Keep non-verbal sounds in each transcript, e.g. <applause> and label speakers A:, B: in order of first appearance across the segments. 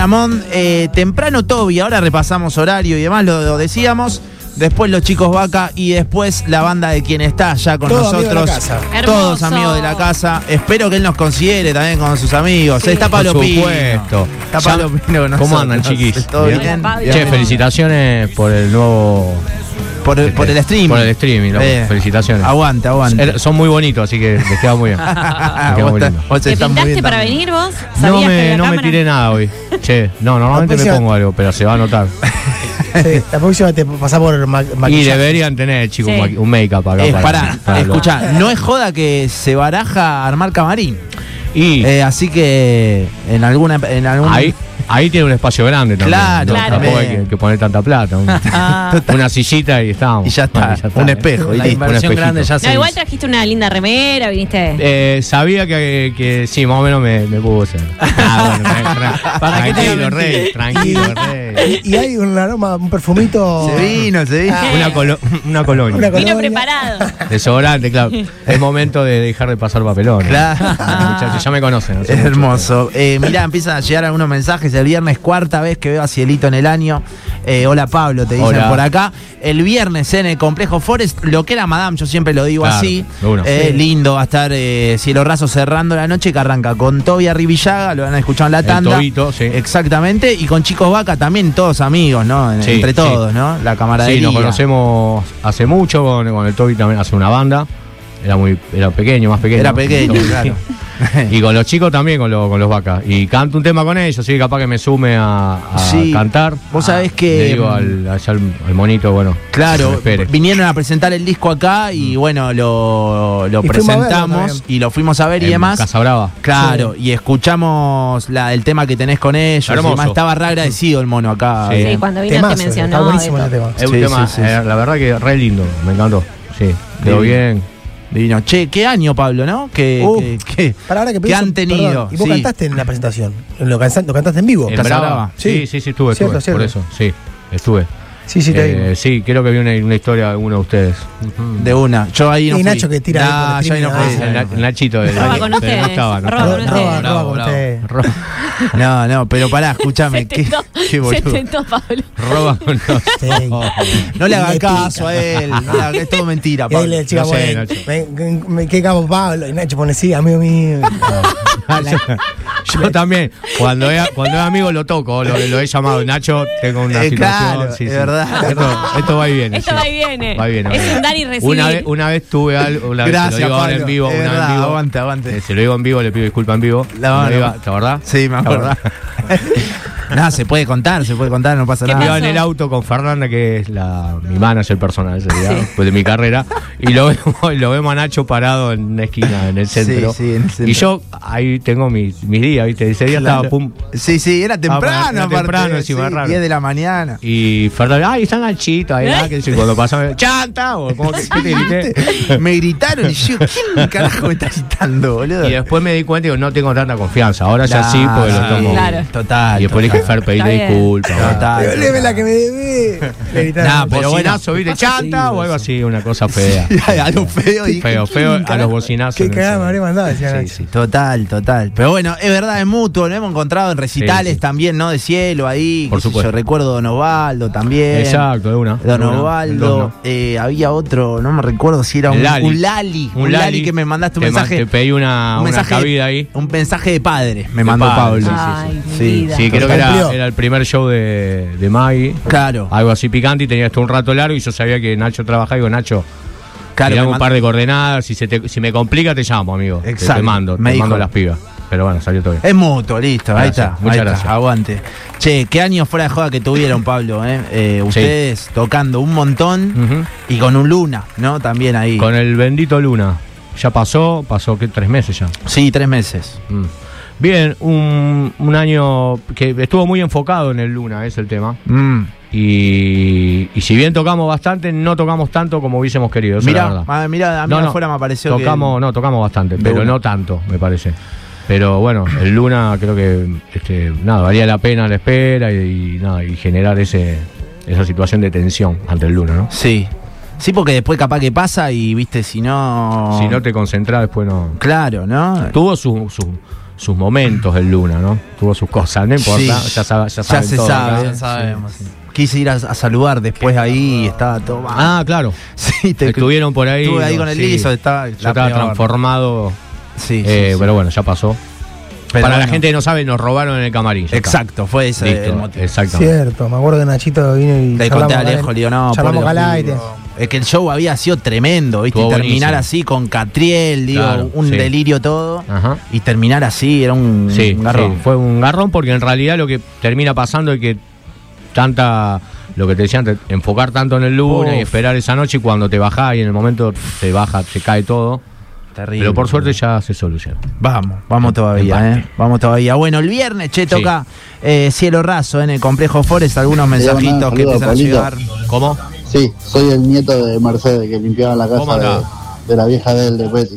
A: Amón, eh, temprano Toby, ahora repasamos horario y demás, lo, lo decíamos. Después los chicos Vaca y después la banda de quien está ya con
B: Todo amigo de la
A: nosotros.
B: casa.
A: Todos
C: Hermoso.
A: amigos de la casa. Espero que él nos considere también con sus amigos. Está Pablo
D: Por
A: Pino.
D: supuesto.
A: Está
D: Ya-
A: Pablo Pino con
D: ¿Cómo
A: nosotros.
D: andan, chiquis?
A: ¿Todo
D: Bien.
A: bien?
C: Hola, Pablo.
D: Che, felicitaciones por el nuevo.
A: Por, el- por el streaming.
D: Eh,
A: Eh,
D: Por el streaming, loco. Felicitaciones.
A: Aguante, aguante.
D: Era- son muy bonitos, así que les queda muy
C: <laughs>
D: bien.
A: Ah,
D: Me
A: <laughs>
D: queda
A: vos
D: muy
A: está-
D: lindo.
A: vos
C: ¿Te
A: estás muy
C: pintaste
A: bien
C: para
A: también.
C: venir vos?
D: No
C: ¿Sabías que
D: me,
C: la
D: no me
C: cámara-
D: tiré nada hoy. Che, no, normalmente me
B: Aprecia-
D: pongo algo, pero se va a notar.
A: <laughs>
B: Sí, la próxima te pasa por ma-
D: Y
B: maquillaje.
D: deberían tener, chicos,
C: Sí.
D: maqui- un make-up acá.
A: Eh,
D: para-
A: pará,
D: para lo-
A: escuchá, no es joda que se baraja armar camarín.
D: Y
A: Eh, así que en alguna en algún
D: ahí, ahí tiene un espacio grande también.
A: Claro,
D: No,
C: Claro.
D: Tampoco hay que,
A: también.
D: que poner tanta
A: <laughs>
D: plata. Un- una sillita y estábamos.
A: y ya está,
D: Ah,
A: un
D: eh.
A: espejo y
D: La
A: listo.
D: inversión grande ya
C: No, igual trajiste una linda remera, viniste.
D: Eh, sabía que, que sí, más o menos me, me puse. Ah, bueno, tra-
E: ¿Para qué te
D: tranquilo,
E: voy a
D: rey,
E: mentir?
D: tranquilo, rey.
B: Y hay un aroma, un perfumito.
A: Se vino, se vino.
D: Una, colo- una
B: Una
D: colonia.
B: col-
C: Vino
B: Colonia.
C: preparado.
D: Desodorante, claro. Es momento de dejar de pasar papelones.
A: Claro. <laughs>
D: Ah, muchachos, ya me conocen. hace
A: Es
D: mucho.
A: hermoso. Eh, mirá, empiezan a llegar algunos mensajes. El viernes, cuarta vez que veo a Cielito en el año. Eh, hola Pablo, te dicen
D: Hola.
A: por acá. El viernes en el complejo Forest, lo que era Madame, yo siempre lo digo
D: Claro,
A: así.
D: de uno.
A: Eh, Lindo va a estar eh, Cielo Raso cerrando la noche que arranca con Toby Arribillaga, lo han escuchado en la
D: El
A: tanda.
D: Tobito, sí.
A: Exactamente. Y con Chicos Vaca también, todos amigos, ¿no? En-
D: Sí,
A: Entre
D: sí.
A: todos, ¿no? La camaradería.
D: Sí, nos conocemos hace mucho, con, con el Toby también hace una banda. Era muy, era pequeño, más pequeño.
A: Era pequeño,
D: Toby. <laughs>
A: claro. <laughs>
D: Y con los chicos también, con, los- con los vacas. Y canto un tema con ellos, así que capaz que me sume a, a
A: Sí.
D: cantar. Ah,
A: Vos sabés que- mm,
D: Le digo al, allá al, al monito, bueno. que me
A: Claro,
D: espere. Mm.
A: vinieron a presentar el disco acá y bueno, lo, lo
B: Y fuimos a verlo
A: presentamos
B: también.
A: y lo fuimos a ver y
D: En
A: demás.
D: Casa Brava.
A: Claro, y escuchamos la, el tema que tenés con ellos. y
D: Hermoso.
A: demás. Estaba re agradecido el mono acá.
D: Sí.
A: eh.
C: Sí, cuando vino
B: Temazo,
C: te
B: está
C: mencionó.
B: buenísimo
C: de
B: ese
C: <laughs> todo.
B: tema.
D: Es un
A: Sí,
D: tema,
A: sí, sí,
D: eh, la verdad que re lindo, me encantó. Sí, quedó bien.
A: Divino. Che, qué año, Pablo, ¿no? Que,
B: Uh,
A: que- que-
B: Para ahora que
A: que
B: pienso,
A: han tenido.
B: perdón, y vos
A: sí.
B: cantaste en la presentación. Lo, cansa- lo cantaste en vivo.
D: En
A: Casa
D: Brava.
A: Brava.
D: Sí, sí, sí, estuve,
B: Cierto,
D: estuve, Por
B: cierto.
D: eso, sí, estuve.
B: Sí, sí, te
D: Eh,
B: digo.
D: sí, creo que vi una, una historia de alguno de ustedes.
A: De una. Yo ahí no fui.
B: Y Nacho que tira
A: Nah,
B: ahí por el
A: yo ahí no
B: streaming,
A: fui.
B: ah,
D: El, Eh, Na- el Nachito de
C: Roba
D: de-
C: con
D: de-
C: ustedes.
D: No estaba, no
C: Roba
D: estaba.
C: con
B: Roba, roba,
C: ustedes.
B: roba con
E: bravo.
B: ustedes.
D: Roba-
A: No, no, pero pará, escúchame.
C: <laughs> Se
A: qué,
C: tentó,
A: qué
C: se
A: boludo.
C: tentó Pablo.
D: Roba con nosotros.
B: Sí.
A: <laughs> No le hagas
B: Le pica.
A: caso a él. no le hagas- es todo
B: <laughs>
A: mentira,
B: Y ahí
A: Pablo.
B: le decía,
D: no sé,
B: bueno,
D: Nacho.
B: ven, ven, ven, qué capo Pablo. Y Nacho pone, sí, amigo mío.
A: <laughs>
D: Yo también. Cuando es cuando es amigo lo toco, lo, lo he llamado Nacho, tengo una
A: Eh,
D: situación.
A: claro,
D: sí,
A: es
D: sí.
A: verdad.
D: Esto, esto va y viene.
C: Esto
D: sí.
C: va y viene.
D: Va y viene, va y
C: Es
D: viene.
C: un dar y recibir.
D: Una vez, una vez tuve algo, una vez, se lo
A: Gracias,
D: digo ahora
A: Pablo.
D: en vivo,
A: Es
D: una vez
A: verdad,
D: en vivo.
A: aguante, aguante.
D: Eh, Se lo digo en vivo, le pido disculpa en vivo.
A: La-
D: Me
A: la-
D: iba- ¿Te acordás?
A: Sí, me acuerdo. <laughs> Nada, se puede contar, se puede contar, no pasa
C: ¿Qué
A: nada.
D: Iba
C: pasó?
D: en el auto con Fernanda, que es la, mi manager personal ese día, pues, de mi carrera, y lo vemos, lo vemos a Nacho parado en una esquina, en el
A: Sí,
D: centro.
A: sí, en el centro.
D: Y yo ahí tengo mis, mis días, ¿viste? Ese día estaba pum. Ah,
A: Sí, sí, era temprano,
D: era
A: aparte,
D: temprano,
A: sí,
D: encima, raro.
A: 10 de la
D: <laughs>
A: mañana.
D: Y Fernanda, ay, está Nachito ahí,
A: ¿Eh?
D: ¿verdad? Que sí, cuando pasaba, ¡chanta! O, como que, ¿qué te grité?
A: me gritaron y yo, ¿quién carajo me está gritando, boludo?
D: Y después me di cuenta y digo, no tengo tanta confianza. Ahora ya
A: Nah,
D: sí, porque lo
A: sí,
D: tomo.
C: Claro.
A: Total.
D: Y después le dije, Fer,
C: Está
D: pedirle
C: bien.
D: disculpas.
A: total,
B: <laughs>
D: ¿verdad?
A: total,
B: Devolveme la
A: total.
B: que
A: <laughs>
B: me debe. Le gritaron.
D: Nah,
A: pero
D: pero
A: bueno.
D: bocinazo, ¿viste? Chanta o algo así, una cosa fea.
A: <laughs> A lo feo y
D: Feo, feo a los bocinazos.
B: Qué
D: no sé.
B: cagada me habría mandado, decía
D: Sí,
B: Nacho.
D: sí.
A: Total, total. Pero bueno, es verdad, es mutuo. Lo hemos encontrado en recitales
D: Sí, sí.
A: también, ¿no? De cielo ahí.
D: Por
A: qué sé Yo
D: supuesto.
A: recuerdo Don Osvaldo también.
D: Exacto, de una.
A: Don
D: de una,
A: Osvaldo,
D: dos,
A: eh, había otro, no me recuerdo si era
D: no.
A: un un Lali. Un Lali, que me mandaste un
D: Te man-
A: mensaje.
D: Te pedí
A: un
D: una, una
A: mensaje
D: cabida ahí.
A: Un mensaje de padre, me mandó
D: padre,
A: Pablo.
C: Ay, mi
A: Sí,
C: vida.
D: Sí, creo que
B: Cumplió.
D: era, Ah, era el primer show de, de Maggie.
A: Claro,
D: Algo así picante y tenía hasta un rato largo y yo sabía que Nacho trabajaba y digo, Nacho,
A: claro.
D: tirame
A: me
D: un
A: mandó-
D: par de coordenadas, si, se te- si me complica te llamo, amigo. Te- Te,
A: Exacto,
D: mando,
A: me
D: te mando
A: dijo.
D: las pibas. Pero bueno, salió todo bien.
A: Es mutuo, listo, ahí
D: Gracias,
A: está.
D: muchas
A: ahí está,
D: gracias.
A: aguante. Che, qué años fuera de joda que tuvieron, Pablo, ¿eh? Eh, ustedes tocando un montón
D: Ujú.
A: y con un Luna, ¿no? También ahí.
D: Con el bendito Luna. Ya pasó, pasó que tres meses ya.
A: Sí, tres meses.
D: Mm. Bien, un, un año que estuvo muy enfocado en el Luna, es el tema.
A: Mm.
D: Y, y si bien tocamos bastante, no tocamos tanto como hubiésemos querido. Eso es
A: Mirá,
D: la verdad.
A: ah, mirá, a mí
D: No, no,
A: afuera me apareció que-
D: tocamos, No, tocamos bastante,
A: De
D: pero
A: una.
D: no tanto, me parece. Pero bueno, el Luna creo que este, nada, valía la pena la espera y, y nada, y generar ese, esa situación de tensión ante el Luna, ¿no?
A: Sí. Sí, porque después capaz que pasa y, viste, si no...
D: Si no te concentras, después no.
A: Claro, ¿no?
D: Tuvo su, su, sus momentos el Luna, ¿no? Tuvo sus cosas, no importa,
A: Sí.
D: ya, sabe- ya
A: Ya
D: saben
A: se
D: todo
A: sabe,
D: acá.
A: ya
D: Sí,
A: sabemos.
D: sí.
A: Quise ir a, a saludar después ahí y estaba todo.
D: Ah, claro.
A: <laughs> sí, te-
D: Estuvieron por ahí.
A: Estuve ahí con el
D: sí.
A: liso, estaba.
D: Yo estaba transformado,
A: Sí, sí,
D: eh,
A: sí.
D: pero bueno, ya pasó.
A: Pero
D: Para la
A: bueno,
D: gente que no sabe, nos robaron en el camarín. ya está.
A: Exacto, fue ese el
D: Listo,
A: motivo.
D: exactamente.
B: Cierto, me acuerdo que Nachito vino y
A: Le
B: charlamos
A: conté a
B: acá
A: Alejo,
B: en-
A: le digo, no,
B: charlamos
A: pobre
B: acá al aire.
A: Julio. Es que el show había sido tremendo, ¿viste? Y
D: Estuvo
A: terminar
D: buenísimo.
A: así con Catriel, digo,
D: Claro,
A: un
D: sí. Ah.
A: delirio todo.
D: Ajá.
A: Y terminar así era un,
D: Sí,
A: un garrón.
D: sí, fue un garrón porque en realidad lo que termina pasando es que tanta, lo que te decía antes, enfocar tanto en el luna y
A: Uf.
D: esperar esa noche y cuando te bajás y en el momento te baja, se cae todo.
A: Terrible.
D: Pero por suerte ya se soluciona.
A: Vamos, vamos todavía, ¿eh? Vamos todavía. Bueno, el viernes, che, toca eh, cielo raso en el complejo Forest. Algunos
E: llama
A: mensajitos que
E: Saludos,
A: empiezan a
E: Pablito.
A: llegar.
D: ¿Cómo?
E: Sí, soy el nieto de Mercedes que limpiaba la
D: ¿Cómo
E: casa de,
D: andás?
E: de la vieja de él, de Petty.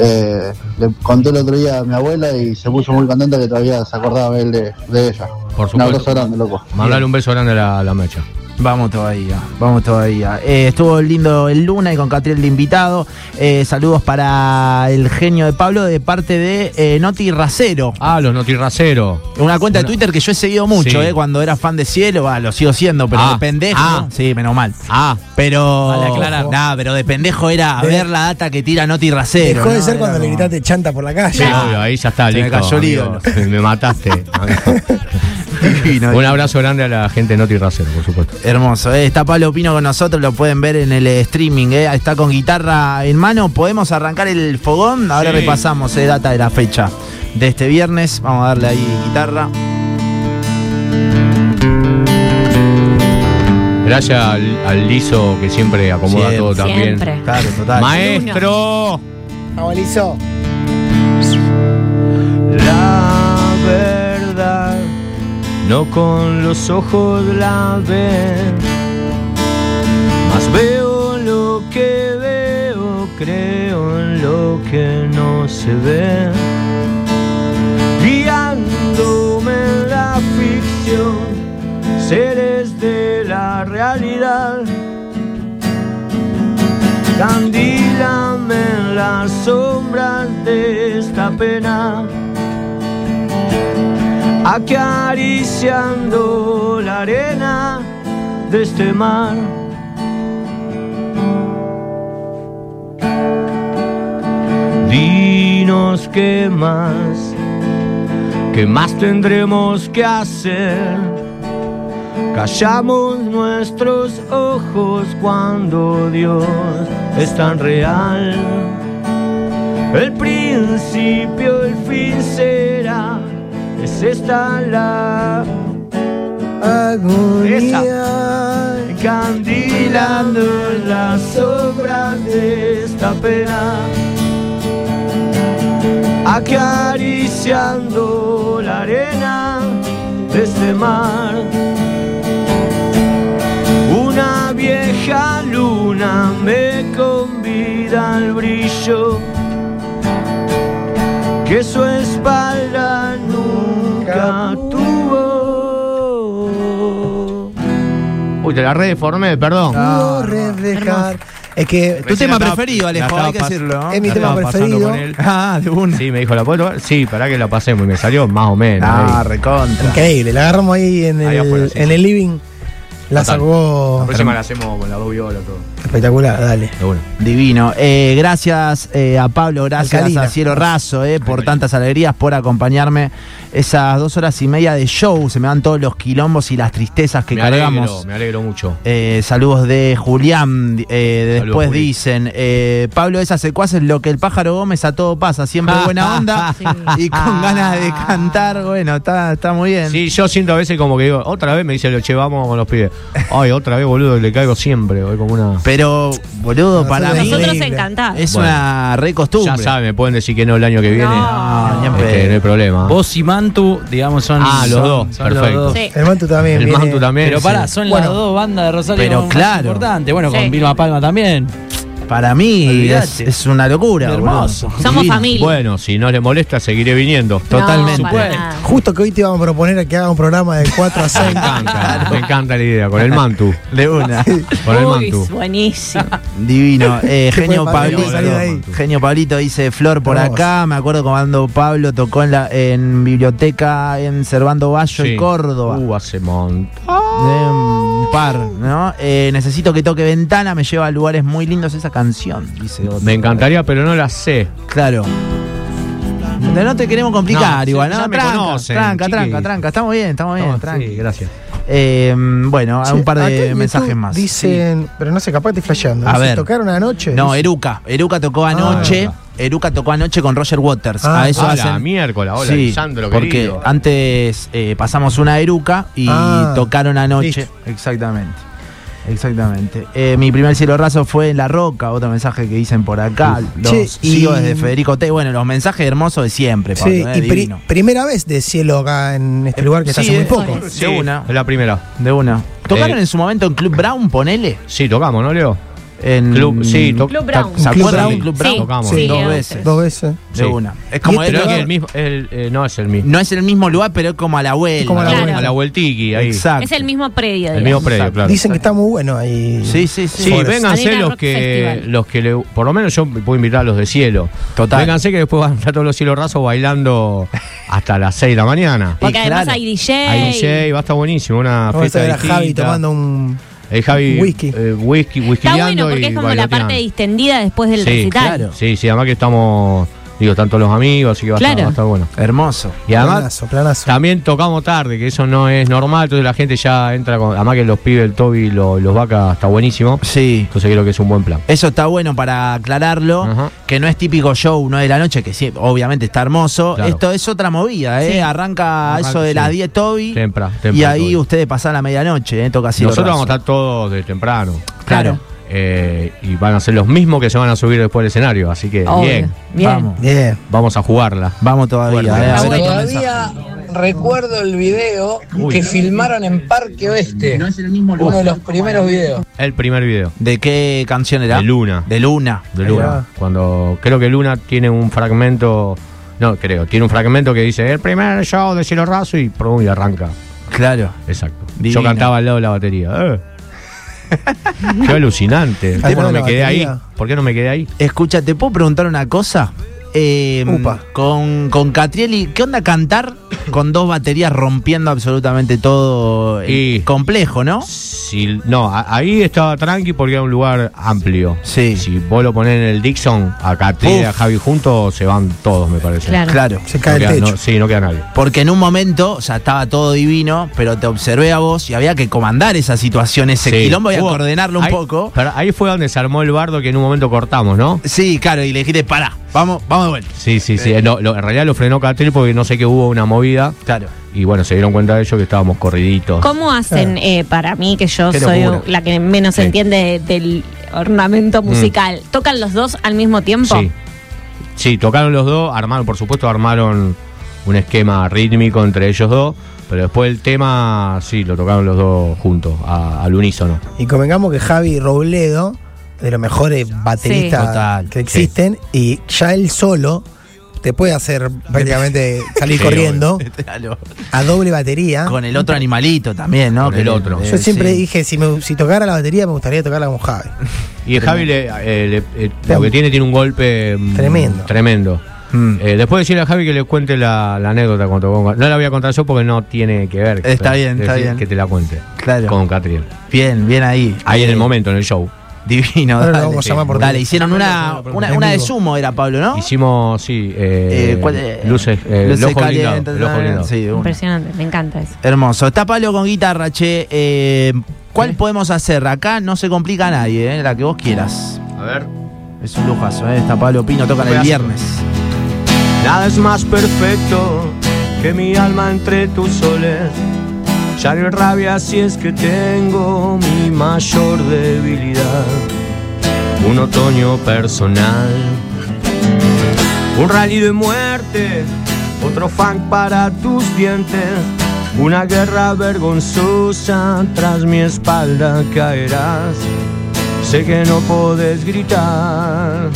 E: Eh, le conté el otro día a mi abuela y se puso muy contenta que todavía se acordaba él de, de ella.
D: Por supuesto.
E: Un abrazo grande, loco.
D: Mandarle un beso grande a la, a la mecha.
A: Vamos todavía, vamos todavía. Eh, estuvo lindo el Luna y con Catriel de invitado. Eh, saludos para el genio de Pablo de parte de eh, Noti Racero.
D: Ah, los notirraceros.
A: Una cuenta de Twitter que yo he seguido mucho,
D: Sí.
A: eh, cuando era fan de Cielo, va, lo sigo siendo, pero
D: Ah,
A: de pendejo.
D: ah.
A: sí, menos mal.
D: Ah,
A: Pero.
D: Vale aclarar.
A: Nah, pero de pendejo era a
B: De-
A: ver la data que tira Noti Racero.
B: Dejó de
A: ¿no?
B: ser
A: Era
B: cuando le
A: como- <laughs>
B: gritaste chanta por la
D: sí,
B: calle.
D: obvio, ahí ya está,
A: Se me
D: listo.
A: cayó el
D: amigo.
A: <laughs>
D: me mataste. amigo.
A: Divino,
D: un abrazo grande a la gente de notirracero, por supuesto.
A: Hermoso, eh. está Pablo Pino con nosotros, lo pueden ver en el eh, streaming, eh. está con guitarra en mano, podemos arrancar el fogón, ahora
D: Sí.
A: repasamos eh, data de la fecha de este viernes, vamos a darle ahí guitarra.
D: Gracias al, al liso que siempre acomoda
A: Siempre.
D: todo también.
C: Siempre.
A: Claro, total.
D: Maestro.
B: Abuelizo.
D: La verdad no con los ojos la ven, mas veo lo que veo, creo en lo que no se ve, guiándome en la ficción, seres de la realidad. Candílame en las sombras de esta pena, acariciando la arena de este mar. Dinos qué más, qué más tendremos que hacer. Callamos nuestros ojos cuando Dios es tan real. El principio, el fin será, es esta la
B: Agonía.
D: candilando las sombras de esta pena, acariciando la arena de este mar. Una vieja luna me convida al brillo, que su espalda nunca tuvo. Uy, te la redeformé, perdón.
B: No, dejar. Es que
A: Tu tema preferido,
D: la
A: Alejo,
D: estaba
A: hay que
D: pas-
A: decirlo. ¿no?
B: es mi
D: la
B: tema
D: estaba pasando
B: preferido.
D: con él.
A: Ah, de una.
D: Sí, me dijo, ¿la puedo tocar? Sí, para que la pasemos. Y me salió más o menos.
A: Ah,
D: ahí.
A: recontra.
B: Increíble, la agarramos ahí en el,
D: Ahí afuera, sí,
B: en
D: sí.
B: el living. La
D: Total. La
B: sacó
D: próxima la hacemos con la dos violas todo.
B: espectacular, dale.
D: Pero bueno.
A: Divino. Eh, gracias eh, a Pablo, gracias
B: Alcalina.
A: a Cielo Raso eh, por tantas alegrías, por acompañarme. Esas dos horas y media de show, se me dan todos los quilombos y las tristezas que
D: me
A: cargamos.
D: alegro, me alegro mucho.
A: Eh, saludos de Julián. eh,
D: Saludos,
A: después
D: Juli.
A: dicen, eh, Pablo, esas secuaces, lo que el pájaro Gómez a todo pasa.
D: <laughs>
A: Siempre buena onda
C: Sí.
A: y con ganas de cantar. Bueno, está, está muy bien.
D: Sí, yo siento a veces como que digo, otra vez me dice, lo llevamos con los pibes. Ay, otra vez, boludo, le caigo siempre. Voy como una.
A: Pero, boludo,
B: Nosotros
A: para mí
C: Nosotros
B: Increíble.
C: encantados.
A: es
D: Bueno.
A: una recostumbre.
D: Ya saben, me pueden decir que no el año que viene.
A: No, ni en
D: Este,
A: pedo.
D: no hay problema.
F: Vos y Mantu, digamos, son.
D: Ah, los
F: son-
D: dos,
F: son los
D: perfecto.
F: dos.
C: Sí.
B: El Mantu también.
D: el
B: viene-
D: Mantu también.
F: Pero
D: sí.
F: pará, son
B: Bueno.
F: las dos bandas de Rosario
A: Pero
F: más
A: claro.
F: importantes. Bueno,
C: Sí.
F: con Vilma Palma también.
A: Para mí es,
D: Olvídate.
A: es una locura. boludo.
D: Hermoso.
C: Somos
A: Divino.
C: familia.
G: Bueno, si no le molesta, seguiré viniendo.
A: Totalmente.
C: No, para nada.
B: Justo que hoy te íbamos a proponer a que haga un programa de 4 a 6.
G: Me encanta, me encanta la idea, con el mantu.
A: De una.
G: Con el
C: Uy,
G: mantu.
C: buenísimo.
B: <laughs>
A: Divino. Eh,
B: ¿Qué
A: genio
B: fue, Pablo?
A: Pablito.
B: Salir de ahí.
A: Genio Pablito dice Flor por
B: Hermoso.
A: acá. Me acuerdo cuando Pablo tocó en la en biblioteca en Servando Bayo
G: Sí.
A: y Córdoba.
G: Uh, hace mont-
A: De un par, ¿no? Eh, necesito que toque ventana, me lleva a lugares muy lindos esa canción, dice otro.
G: Me encantaría, pero no la sé.
A: Claro. No, no te queremos complicar,
G: No,
A: igual,
G: ya
A: ¿no?
G: me
A: tranca,
G: conocen,
A: tranca,
G: chiquis.
A: tranca, tranca. Estamos bien, estamos bien,
G: No,
A: tranca.
G: sí, gracias.
A: Eh, bueno, hay un par
B: Acá en
A: de
B: YouTube
A: mensajes más.
B: Dicen, pero no sé, capaz estoy flasheando.
A: A
B: ¿Se
A: ver.
B: tocaron anoche?
A: Sí. No,
B: Dicen,
A: Eruca. Eruca tocó anoche.
G: Eruca.
A: Eruca tocó anoche con Roger Waters.
B: Ah,
A: a eso
G: hola,
A: hacen.
G: miércoles, hola,
A: Sí,
G: Lisandro,
A: porque
G: querido.
A: antes eh, pasamos una Eruca y
B: Ah,
A: tocaron anoche.
B: listo.
A: Exactamente. Exactamente. Eh, mi primer cielo raso fue en La Roca, otro mensaje que dicen por acá. Los
B: Che,
A: sigo
B: y-
A: desde Federico T. Bueno, los mensajes hermosos de siempre, Pablo,
B: Sí,
A: eh,
B: y pri-
A: divino.
B: primera vez de cielo acá en este lugar que está
A: Sí,
B: hace muy
A: eh.
B: poco.
A: De una.
G: Es la primera.
A: De una. ¿Tocaron
G: Eh,
A: en su momento en Club Brown, ponele?
G: Sí, tocamos, ¿no, Leo?
A: En
G: Club,
D: Mm.
G: sí, to-
C: Club
G: ta-
C: Brown.
A: ¿Se
B: Club
A: acuerdan de
B: Brown.
A: Club
C: Sí,
A: Brown?
G: Tocamos.
C: sí,
A: dos
C: León,
A: veces.
B: Dos veces.
A: De
G: Sí.
A: una. Es como
B: Y
A: el-
B: este
G: Creo
B: Pero-
G: que el mismo, el, eh, no es el mismo.
A: No es el mismo lugar, pero es como a la vuelta.
B: como a la
C: Claro.
G: A la vueltiqui, ahí.
A: Exacto.
C: Es el mismo predio. digamos.
G: El mismo predio, claro.
B: Dicen que está muy bueno ahí.
A: Sí, sí, sí.
G: Sí,
B: Forest.
G: vénganse
C: Arena
G: los
C: Rock
G: que,
C: Festival.
G: los que le, por lo menos yo puedo invitar a los de cielo.
A: Total.
G: Vénganse que después van a estar todos los cielos rasos bailando hasta las 6 de la mañana.
A: Y
C: Porque además
A: claro.
C: hay DJ.
G: Hay DJ, va a estar buenísimo, una
B: Vamos a
G: fiesta
B: ver a
G: distinta.
B: Javi tomando un.
G: Eh, Javi,
B: whisky.
G: eh, whisky,
C: Está
G: whiskyando
C: bueno porque es
G: y
C: como la parte
G: bailoteando.
C: distendida después del
G: Sí,
C: recital.
A: claro.
G: Sí, sí, además que estamos, digo, tanto los amigos, así que va, a estar,
C: Claro.
G: va a estar bueno.
A: Hermoso.
G: Y además
B: Planazo, planazo.
G: también tocamos tarde, que eso no es normal, entonces la gente ya entra con, además que los pibes, el Toby, lo- los vacas, está buenísimo.
A: Sí.
G: Entonces creo que es un buen plan.
A: Eso está bueno para aclararlo,
G: Ajá.
A: que no es típico show, no de la noche, que sí, obviamente está hermoso.
G: Claro.
A: Esto es otra movida, ¿eh? Arranca
G: Arranca,
A: eso de
G: sí.
A: las 10 Toby
G: Temprano,
A: y
G: temprano,
A: ahí
G: Toby.
A: ustedes pasan la medianoche, ¿eh? Toca así.
G: Nosotros vamos a estar todos de temprano.
A: Claro.
G: Eh, y van a ser los mismos que se van a subir después del escenario, así que
C: Obvio.
G: bien,
C: Bien.
A: Vamos,
B: Bien.
G: vamos a jugarla.
A: vamos todavía.
G: Bueno,
A: ¿eh? A
G: está
A: ver
C: bueno.
A: otro mensaje.
H: Todavía recuerdo el video
G: Uy.
H: que filmaron en Parque Oeste. Uno de los primeros videos.
G: El primer video,
A: ¿De qué canción era?
G: De Luna.
A: De Luna.
G: de
B: Ahí va.
G: Luna. Cuando creo que Luna tiene un fragmento, no creo, tiene un fragmento que dice el primer show de cielo raso y, prum, y arranca.
A: Claro.
G: Exacto.
A: Divino.
G: Yo cantaba al lado de la batería.
B: <laughs>
G: Eh. Qué alucinante.
B: tema
G: ¿Por qué no
B: de la
G: me quedé ahí?
B: batería.
G: ¿Por qué no me quedé ahí?
A: Escucha, ¿te puedo preguntar una cosa? Eh,
B: Upa.
A: Con, con Catrieli, ¿qué onda cantar con dos baterías rompiendo absolutamente todo el
G: Y-
A: complejo, no?
G: Si, no, a- ahí estaba tranqui porque era un lugar amplio.
A: Sí.
G: Si vos lo ponés en el Dixon, a Catri y a
A: Uf.
G: Javi juntos, se van todos, me parece.
C: Claro.
A: Claro.
B: Se
G: No
B: cae
G: queda-
B: el techo.
G: no- sí, no queda nadie.
A: Porque en un momento, o sea, estaba todo divino, pero te observé a vos y había que comandar esa situación, ese
G: Sí.
A: quilombo, y a
G: Hubo-
A: coordinarlo un
G: ahí-
A: poco.
G: pero ahí fue donde se armó el bardo que en un momento cortamos, ¿no?
A: Sí, claro, y le dijiste, pará, vamos, vamos de vuelta.
G: Sí, sí, sí. Lo- lo- en realidad lo frenó Catri porque no sé que hubo una movida.
A: Claro.
G: Y bueno, se dieron cuenta de ellos que estábamos corriditos.
C: ¿Cómo hacen eh, para mí, que yo
G: Qué
C: soy
G: locura.
C: la que menos
G: Sí. Mm.
C: entiende del ornamento musical? ¿Tocan los dos al mismo tiempo?
G: Sí. Sí, tocaron los dos, armaron, por supuesto, armaron un esquema rítmico entre ellos dos, pero después el tema, sí, lo tocaron los dos juntos, a- al unísono.
B: Y convengamos que Javi Robledo, de los mejores bateristas
A: Sí. Total,
B: que existen, y ya él solo te puede hacer prácticamente salir
G: Sí,
B: corriendo
A: Claro.
B: a doble batería.
A: Con el otro animalito también, ¿no?
G: Con el otro.
B: Yo
A: eh,
B: siempre
A: sí.
B: dije, si, me, si tocara la batería me gustaría tocarla con Javi.
G: Y el Javi, le- eh, le- eh, lo que tiene, tiene un golpe mm,
B: Tremendo.
G: Tremendo.
A: Mm.
G: Eh, después decirle a Javi que le cuente la, la anécdota con Tocón. No la voy a contar yo porque no tiene que ver.
A: Está
G: pero
A: bien, está
G: decir
A: bien.
G: Que te la cuente.
A: Claro.
G: Con Catriel.
A: Bien, bien ahí.
G: Ahí en el
A: Eh,
G: momento, en el show.
A: Divino,
B: Ahora lo
A: dale.
B: vamos a llamar por
A: Dale,
B: teléfono.
A: hicieron una, una, una de sumo, era Pablo, ¿no?
G: Hicimos, sí, eh,
A: Eh, ¿cuál es?
G: luces, eh, el ojo blindado,
A: calientes,
G: el ojo blindado.
A: sí, de una.
C: Impresionante, me encanta eso.
A: Hermoso. Está Pablo con guitarra, che. Eh, ¿Cuál podemos hacer? Acá no se complica a nadie, eh, la que vos quieras.
G: A ver.
A: Es un lujazo, ¿eh? Está Pablo Pino, tocan el
G: Pedazo.
A: viernes.
G: Nada es más perfecto que mi alma entre tus soles. Ya no hay rabia si es que tengo mi mayor debilidad. Un otoño personal. Un rally de muerte, otro funk para tus dientes. Una guerra vergonzosa, tras mi espalda caerás. sé que no podés gritar.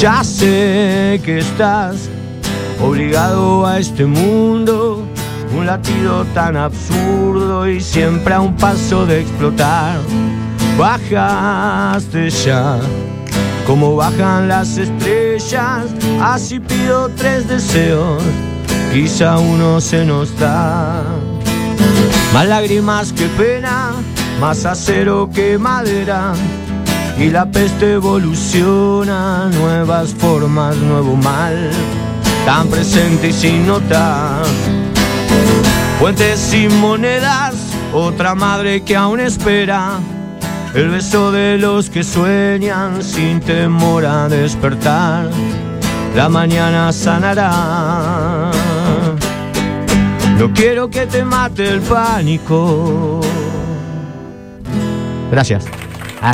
G: Ya sé que estás obligado a este mundo, un latido tan absurdo y siempre a un paso de explotar. Bajaste ya, como bajan las estrellas, así pido tres deseos, quizá uno se nos da. Más lágrimas que pena, más acero que madera. Y la peste evoluciona, nuevas formas, nuevo mal, tan presente y sin notar. Fuentes sin monedas, otra madre que aún espera. El beso de los que sueñan sin temor a despertar. La mañana sanará. No quiero que te mate el pánico. Gracias.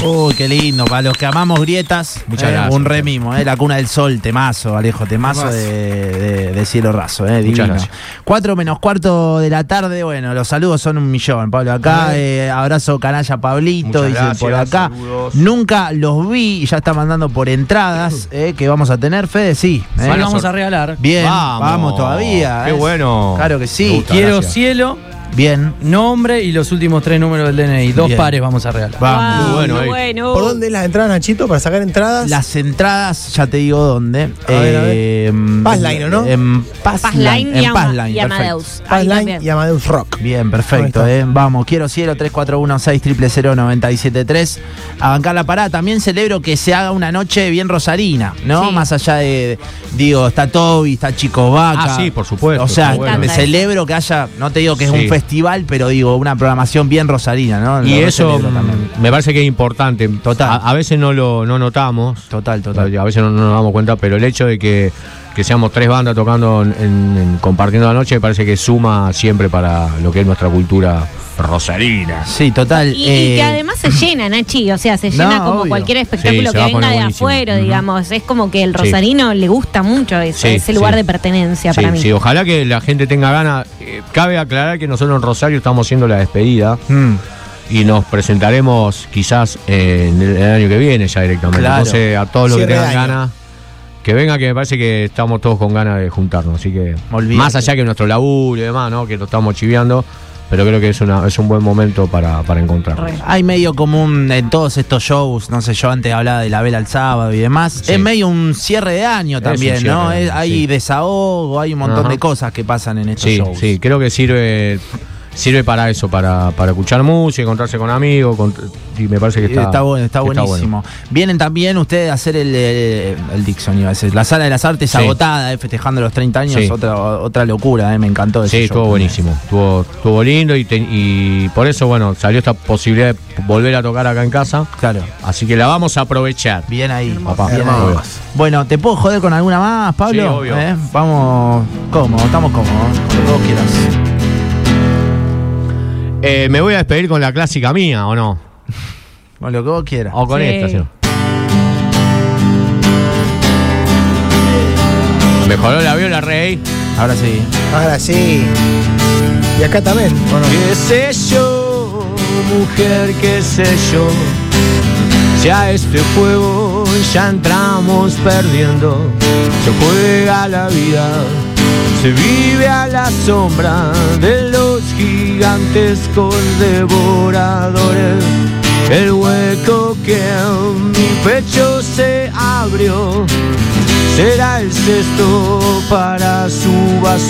A: Uy, qué lindo. Para los que amamos grietas, Ah.
D: Muchas
A: eh,
D: gracias.
A: un remimo, eh, la cuna del sol, temazo, Alejo, temazo de, de- de cielo raso, eh, divino.
D: gracias.
A: Cuatro menos cuarto de la tarde, bueno, los saludos son un millón, Pablo. Acá, eh, abrazo canalla Pablito,
G: Muchas
A: dice
G: gracias,
A: por acá.
G: saludos.
A: Nunca los vi y ya está mandando por entradas eh, que vamos a tener, Fede, sí. eh.
D: Hoy vamos a regalar.
A: Bien, vamos, todavía.
G: Qué
A: eh.
G: bueno.
A: Claro que
G: Me
A: sí.
G: gusta.
D: Quiero
G: gracias.
D: cielo,
A: Bien,
D: nombre y los últimos tres números del DNI. Dos
A: Bien.
D: pares vamos a regalar.
A: vamos.
G: Muy bueno, eh.
C: muy
G: ahí.
C: bueno.
B: ¿Por dónde es las entradas, Nachito? Para sacar entradas.
A: Las entradas, ya te digo dónde. Eh,
B: A ver, a ver. Passline, ¿o no?
A: En
C: Pazline
A: Passline.
C: y
A: En
C: Ama-
A: Passline,
C: y Amadeus.
A: perfecto.
C: Ahí
B: Pipeline
C: también.
B: y Amadeus Rock.
A: Bien, perfecto.
B: Ahí
A: eh. Vamos, quiero cielo 3416000973. A bancar la parada. También celebro que se haga una noche bien rosarina, ¿no?
C: Sí.
A: Más allá de, digo, está Toby, está Chico Vaca.
D: Ah, sí, por supuesto,
A: O sea,
D: está
C: bueno.
A: me celebro que haya, no te digo que es
G: Sí.
A: un festival, pero digo, una programación bien rosarina, ¿no?
G: Y
A: Lo
G: eso
A: celebro también.
G: mm, me parece que es importante.
A: Total.
G: A, a veces no lo no notamos.
A: Total, total.
G: A veces no, no nos damos cuenta, pero el hecho de que, que seamos tres bandas tocando, en, en- en- compartiendo la noche, me parece que suma siempre para lo que es nuestra cultura rosarina.
A: Sí, total.
C: Y, y
A: eh,
C: que además se llena, Nachi, o sea, se llena
A: No,
C: como
A: obvio.
C: cualquier
G: Sí,
C: espectáculo
G: se
C: que
G: va a poner
C: venga de
G: buenísimo.
C: afuera,
G: Ujú.
C: digamos. Es como que el
G: Sí.
C: rosarino le gusta mucho eso,
G: Sí,
C: ese
G: sí.
C: lugar de pertenencia
G: Sí,
C: para mí.
G: sí, ojalá que la gente tenga ganas. Eh, cabe aclarar que nosotros en Rosario estamos haciendo la despedida
A: mm.
G: y nos presentaremos quizás eh, en el, el año que viene ya directamente.
A: Claro.
G: Entonces, a todos los que
B: Cierre
G: tengan
B: de año.
G: ganas, que venga, que me parece que estamos todos con ganas de juntarnos. Así que,
A: Olvídate.
G: más allá que nuestro laburo y demás, ¿no? que lo estamos chiviando, pero creo que es, una, es un buen momento para, para encontrarnos.
C: Re.
A: Hay medio común en todos estos shows, no sé, yo antes hablaba de la vela al sábado y demás.
G: Sí.
A: Es medio un cierre de año
G: Es
A: también,
G: un cierre
A: ¿no?
G: de
A: Es-
G: año,
A: hay
G: sí.
A: desahogo, hay un montón
G: Ajá.
A: de cosas que pasan en estos
G: Sí,
A: shows.
G: sí, creo que sirve sirve para eso, para, para escuchar música, encontrarse con amigos, con- y me parece que
A: Eh, Está,
G: está,
A: bueno, está
G: que
A: buenísimo. Vienen también ustedes a hacer el, el, el Dixon, iba a decir. La sala de las artes
G: Sí.
A: agotada, eh, festejando los 30 años,
G: Sí.
A: otra, otra locura, eh, me encantó ese
G: Sí,
A: show
G: estuvo
A: también.
G: buenísimo, estuvo, estuvo lindo y, te- y por eso, bueno, salió esta posibilidad de volver a tocar acá en casa,
A: Claro,
G: así que la vamos a aprovechar.
A: bien ahí.
G: Papá,
A: bien
G: hermoso.
A: ahí. Bueno, ¿te puedo joder con alguna más, Pablo?
G: Sí, obvio.
A: ¿Eh? Vamos, ¿cómo? Estamos cómodos, como vos quieras.
G: Eh, me voy a despedir con la clásica mía, ¿o no?
A: Con lo que vos quieras.
G: O con
C: Sí.
G: esta, señor. Mejoró la viola, Rey.
A: Ahora sí.
B: Ahora sí. Y acá también. ¿o no?
G: ¿Qué sé yo, mujer, qué sé yo? Si a este juego ya entramos perdiendo, se juega la vida, se vive a la sombra de los gigantescos devoradores. El hueco que en mi pecho se abrió será el cesto para su basura.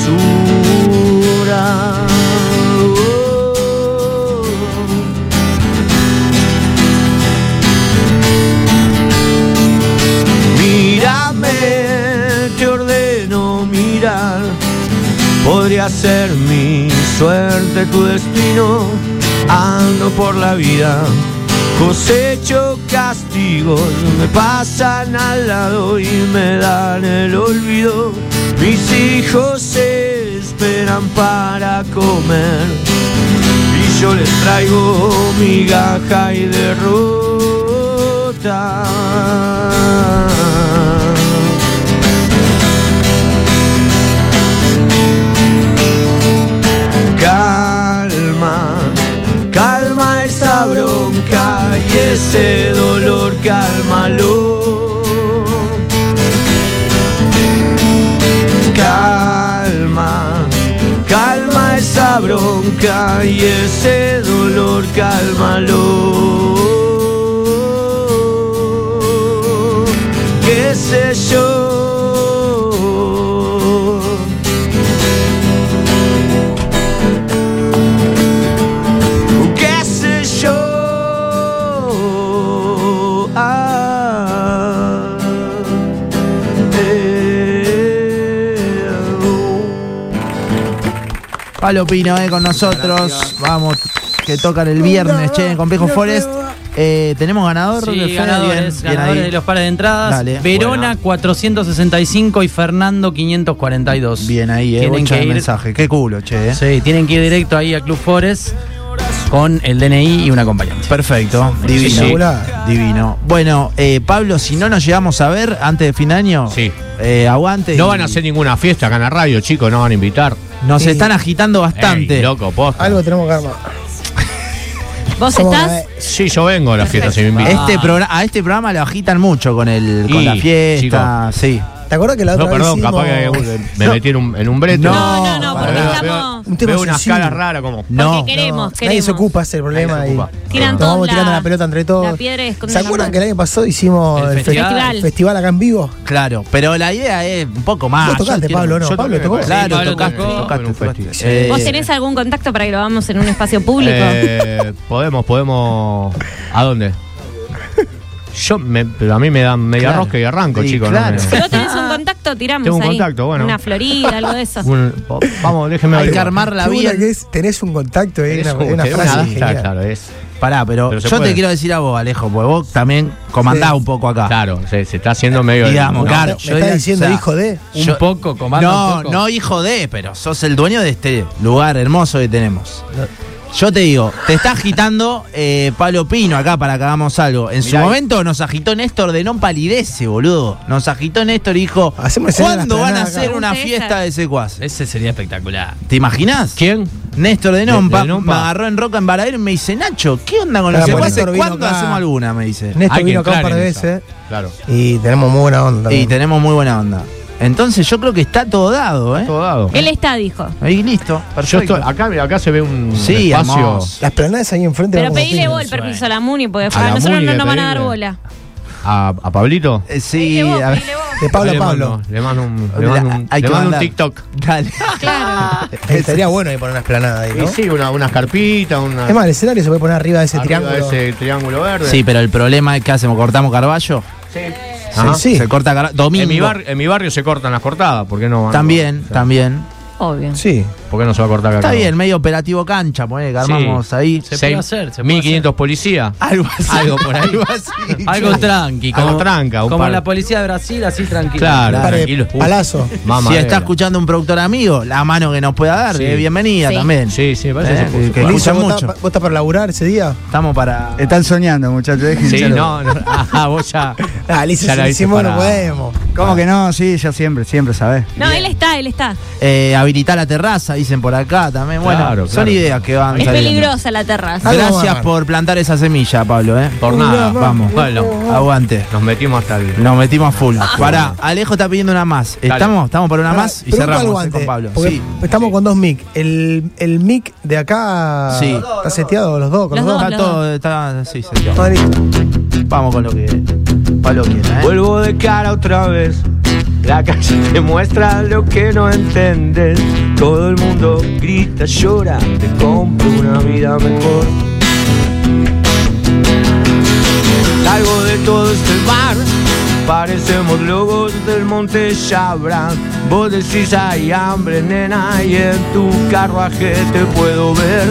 G: Oh. Mírame, te ordeno mirar. Podría ser mi suerte, tu destino. Ando por la vida, cosecho castigos. Me pasan al lado y me dan el olvido. Mis hijos se esperan para comer. Y yo les traigo migaja y derrota. Calma, calma esa bronca.
D: ese dolor, cálmalo. Calma, calma esa bronca y ese dolor, cálmalo. ¿Qué sé yo? qué sé yo. Ah, eh,
A: Palo Pino, eh, con nosotros. Vamos, que tocan el viernes, che, en Complejo Forest. Eh, ¿Tenemos ganador?
F: Sí,
A: Fede? Bien,
F: ganadores,
A: bien
F: ganadores
A: ahí.
F: de los pares de entradas.
A: Dale.
F: Verona 465 y Fernando 542.
A: Bien ahí, eh.
F: Tienen
A: bocha
F: que
A: de
F: ir-
A: mensaje. Qué culo, che, eh.
F: Sí, tienen que ir directo ahí a Club Forest con el DNI y un acompañante.
A: Perfecto, divino.
B: Espectacular.
A: Divino. Bueno, eh, Pablo, si no nos llegamos a ver antes de fin de año,
G: Sí.
A: eh, aguante.
G: No
A: y-
G: van a hacer ninguna fiesta acá en la radio, chicos, no van a invitar.
A: Nos
B: Sí.
A: están agitando bastante.
G: Ey, loco, posta.
B: Algo tenemos que armar.
C: ¿Vos
B: Somos-
C: estás?
G: Sí, yo vengo a la fiesta si me invitan.
A: este progra- a este programa lo agitan mucho con el con
G: Y,
A: la fiesta, sí.
B: ¿Te acuerdas que la otra
G: No,
B: vez
G: perdón,
B: hicimos
G: capaz que me
A: No.
G: metí en un, en un brete.
A: No,
C: No, no, no,
A: para
C: porque
A: nada.
C: estamos.
B: Un tema
G: Veo unas
B: sensible.
G: caras raras como.
A: No.
C: Porque
B: Nadie
C: queremos,
B: se
C: queremos.
B: ocupa, ese es el problema.
G: Nadie se
B: y
G: ocupa.
C: Tiran
B: nos
C: todos
B: vamos tirando
C: la-
B: la pelota entre todos.
C: la piedra y esconden
B: ¿Se
C: la
B: acuerdan
C: mano?
B: que el año pasado hicimos
F: El
B: el, fe-
F: festival.
B: el festival acá en vivo?
A: Claro, pero la idea es un poco más.
B: Vos tocaste,
A: Yo quiero-
B: Pablo, ¿no?
G: yo
B: Pablo
G: toqué,
B: tocó.
G: me
A: Claro,
G: Pablo
A: tocaste,
G: tocó en
A: tocaste,
G: un
A: tocaste.
G: festival.
A: Eh,
C: ¿Vos tenés algún contacto para que lo hagamos en un espacio público?
G: Eh, podemos, podemos. ¿A dónde? Yo me- pero a mí me dan media
A: Claro.
G: rosca y arranco,
A: Sí,
G: chicos.
A: claro.
G: No
C: Si
G: me-
C: vos tenés un contacto, tiramos
G: Tengo un
C: ahí.
G: contacto, bueno.
C: Una florida, algo de eso.
G: un- po- vamos, déjeme
A: hay que
G: averiguar.
A: armarla
B: Qué bueno
A: bien.
B: que es, tenés un contacto, eh,
G: Es
B: una,
G: como
B: una
G: que
B: frase
G: una-
B: genial.
G: Claro, es.
A: Pará, pero,
G: Pero se
A: yo te
G: puede.
A: quiero decir a vos, Alejo, porque vos también comandás
B: Sí.
A: un poco acá.
G: Claro, se, se está haciendo medio.
A: Digamos,
G: no,
A: claro.
B: Me
A: yo
B: está
A: diría-
B: diciendo,
A: o sea,
B: hijo de.
F: Un
A: Yo-
F: poco, comando
A: No,
F: un poco.
A: no hijo de, pero sos el dueño de este lugar hermoso que tenemos. Yo te digo, te está agitando eh, Pablo Pino acá para que hagamos algo. En su
G: Mirá ahí.
A: momento nos agitó Néstor de no palidece, boludo. Nos agitó Néstor y dijo,
B: Hacemos escena en la
A: ¿cuándo van a
B: esplanada acá.
A: hacer una
C: Ustedes
A: fiesta
C: saben.
A: de secuaces?
F: Ese sería espectacular.
A: ¿Te imaginas?
G: ¿Quién?
A: Néstor de
G: De-
A: Nompa,
G: de
A: me
G: Nompa. Ah,
A: agarró en Roca en Baradero y me dice, Nacho, ¿qué onda con los
B: Claro, porque
A: secuaces?
B: Néstor vino
A: ¿Cuándo
B: acá.
A: hacemos alguna? Me dice.
B: Néstor
G: Hay que
B: vino acá un
G: entrar
B: par de
G: en esa.
B: veces eh,
G: Claro.
B: y tenemos muy buena onda.
A: Y
B: también.
A: tenemos muy buena onda. Entonces yo creo que está todo dado, ¿eh?
G: Todo dado.
C: Él está, dijo.
A: Ahí listo.
G: Yo
A: Perfecto.
G: estoy, acá, mira, acá se ve un
A: Sí,
G: espacio.
A: hermoso.
B: Las planadas ahí enfrente.
C: Pero
B: vamos a
C: pedile
B: hacer-
C: vos el permiso a la MUNI, porque
G: la
C: a nosotros
G: Muni
C: no
G: le
C: nos van a dar
G: pedile.
C: bola.
G: ¿A, a Pablito?
A: Eh, Sí,
C: Pedile vos,
A: a ver.
C: pedile vos.
B: De Pablo a
G: Le
B: Pablo.
G: mando- Le mando un, le
A: La-
G: mando un-
A: hay
G: le
A: que
G: mando un
A: mandar.
G: TikTok. <laughs>
A: Dale.
C: Claro.
B: Eh, Estaría bueno ahí poner una esplanada ahí,
G: Y
B: ¿no?
G: sí, una, unas carpitas, una.
B: Es más, el escenario se puede poner arriba de ese
G: arriba
B: triángulo.
G: ese triángulo verde.
A: Sí, pero el problema es que hacemos, cortamos Carballo.
G: Ajá.
B: Sí, sí.
A: Se corta Carballo. Domingo.
G: En mi, bar- en mi barrio se cortan las cortadas, ¿por qué no van?
A: También, también.
C: Obvio.
B: Sí.
G: ¿Por qué no se va a cortar acá?
A: Está bien, medio operativo cancha, ponele, que armamos ahí.
F: Se
G: Seis-
F: puede hacer, se puede
G: 1500 policías.
A: Algo así.
G: Algo por ahí.
A: Ah, Algo así.
F: Algo tranqui,
G: <laughs> Algo
F: como,
G: tranca, un
F: como
G: par-
F: la policía de Brasil, así tranquilo.
G: Claro,
B: Par de
G: tranquilo. Uf.
B: palazo.
G: Mamá.
A: si
G: era.
A: está escuchando un productor amigo, la mano que nos pueda dar,
G: Sí.
A: que es bienvenida
C: Sí.
A: también.
G: Sí, sí,
A: Eh,
G: parece
A: que- que
G: que
A: escucha
B: Lisa, ¿vos
A: mucho.
B: estás- ¿Vos estás para laburar ese día?
A: Estamos para.
I: Están soñando, muchachos. déjense
G: Sí,
I: lo-
G: no, no. <laughs> Ajá, vos ya.
B: Ah,
G: Ya
B: Lisa,
G: la
B: si lo
G: viste
B: hicimos,
G: para-
B: no podemos.
I: ¿Cómo que no? Sí, ya siempre, siempre, ¿sabes?
C: No, él está, él está.
A: Eh, habilitar la terraza, dicen por acá también. Bueno,
G: Claro,
A: son
G: claro.
A: ideas que van.
C: Es
A: saliendo.
C: peligrosa la terraza.
B: Algo va a
A: Gracias
B: armar.
A: por plantar esa semilla, Pablo, ¿eh?
G: Por nada. Ah,
A: Vamos.
G: Bueno,
A: Aguante.
G: nos metimos hasta el.
A: Nos metimos a full. Pará, Alejo está pidiendo una más. ¿Estamos? ¿Estamos para una más? Y
B: Pregunta al
A: cerramos eh,
B: guante,
A: con Pablo.
B: porque
A: Sí.
B: Estamos con dos mic. El, el mic de acá
A: Sí.
B: está seteado, los dos, con
C: Los
B: los, dos.
A: Está
C: Hola.
A: todo, está. Sí, sí.
B: Todo listo.
A: Vamos con lo que Pablo quiere, ¿eh?
D: Vuelvo de cara otra vez. La calle <laughs> te muestra lo que no entiendes. Todo el mundo grita, llora. Te compro una vida mejor. Largo de todo este bar. Parecemos lobos del monte Chabra. Vos decís hay hambre, nena, y en tu carruaje te puedo ver.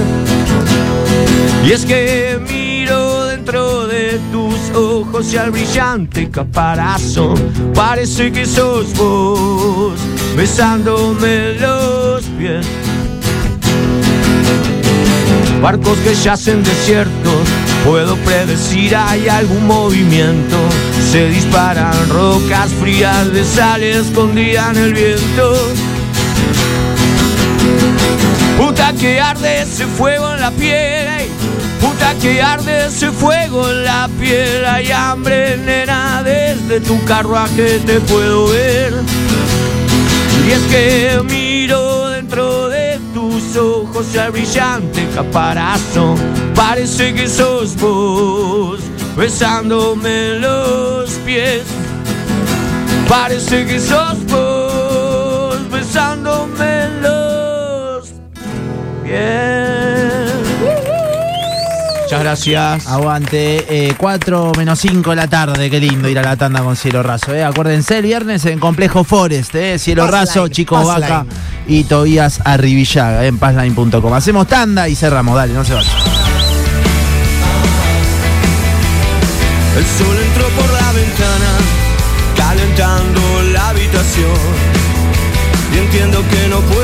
D: Y es que miro dentro de tus ojos y al brillante caparazón Parece que sos vos besándome los pies Barcos que yacen desiertos, puedo predecir hay algún movimiento Se disparan rocas frías de sal escondida en el viento Puta que arde ese fuego en la piel, ay, puta que arde ese fuego en la piel, hay hambre, nena, desde tu carruaje te puedo ver. Y es que miro dentro de tus ojos y al brillante caparazón, parece que sos vos, besándome en los pies. Parece que sos vos besándome en los pies. Muchas gracias.
A: Aguante, eh, 4 menos 5 de la tarde, qué lindo ir a la tanda con Cielo Raso. Eh. Acuérdense, el viernes en Complejo Forest, eh. Cielo
B: Pazline,
A: Raso, Chico
B: Pazline.
A: Vaca y Tobías Arribillaga en Pazline.com. Hacemos tanda y cerramos, dale, no se vaya.
D: El sol entró por la ventana, calentando la habitación. Y entiendo que no puedo.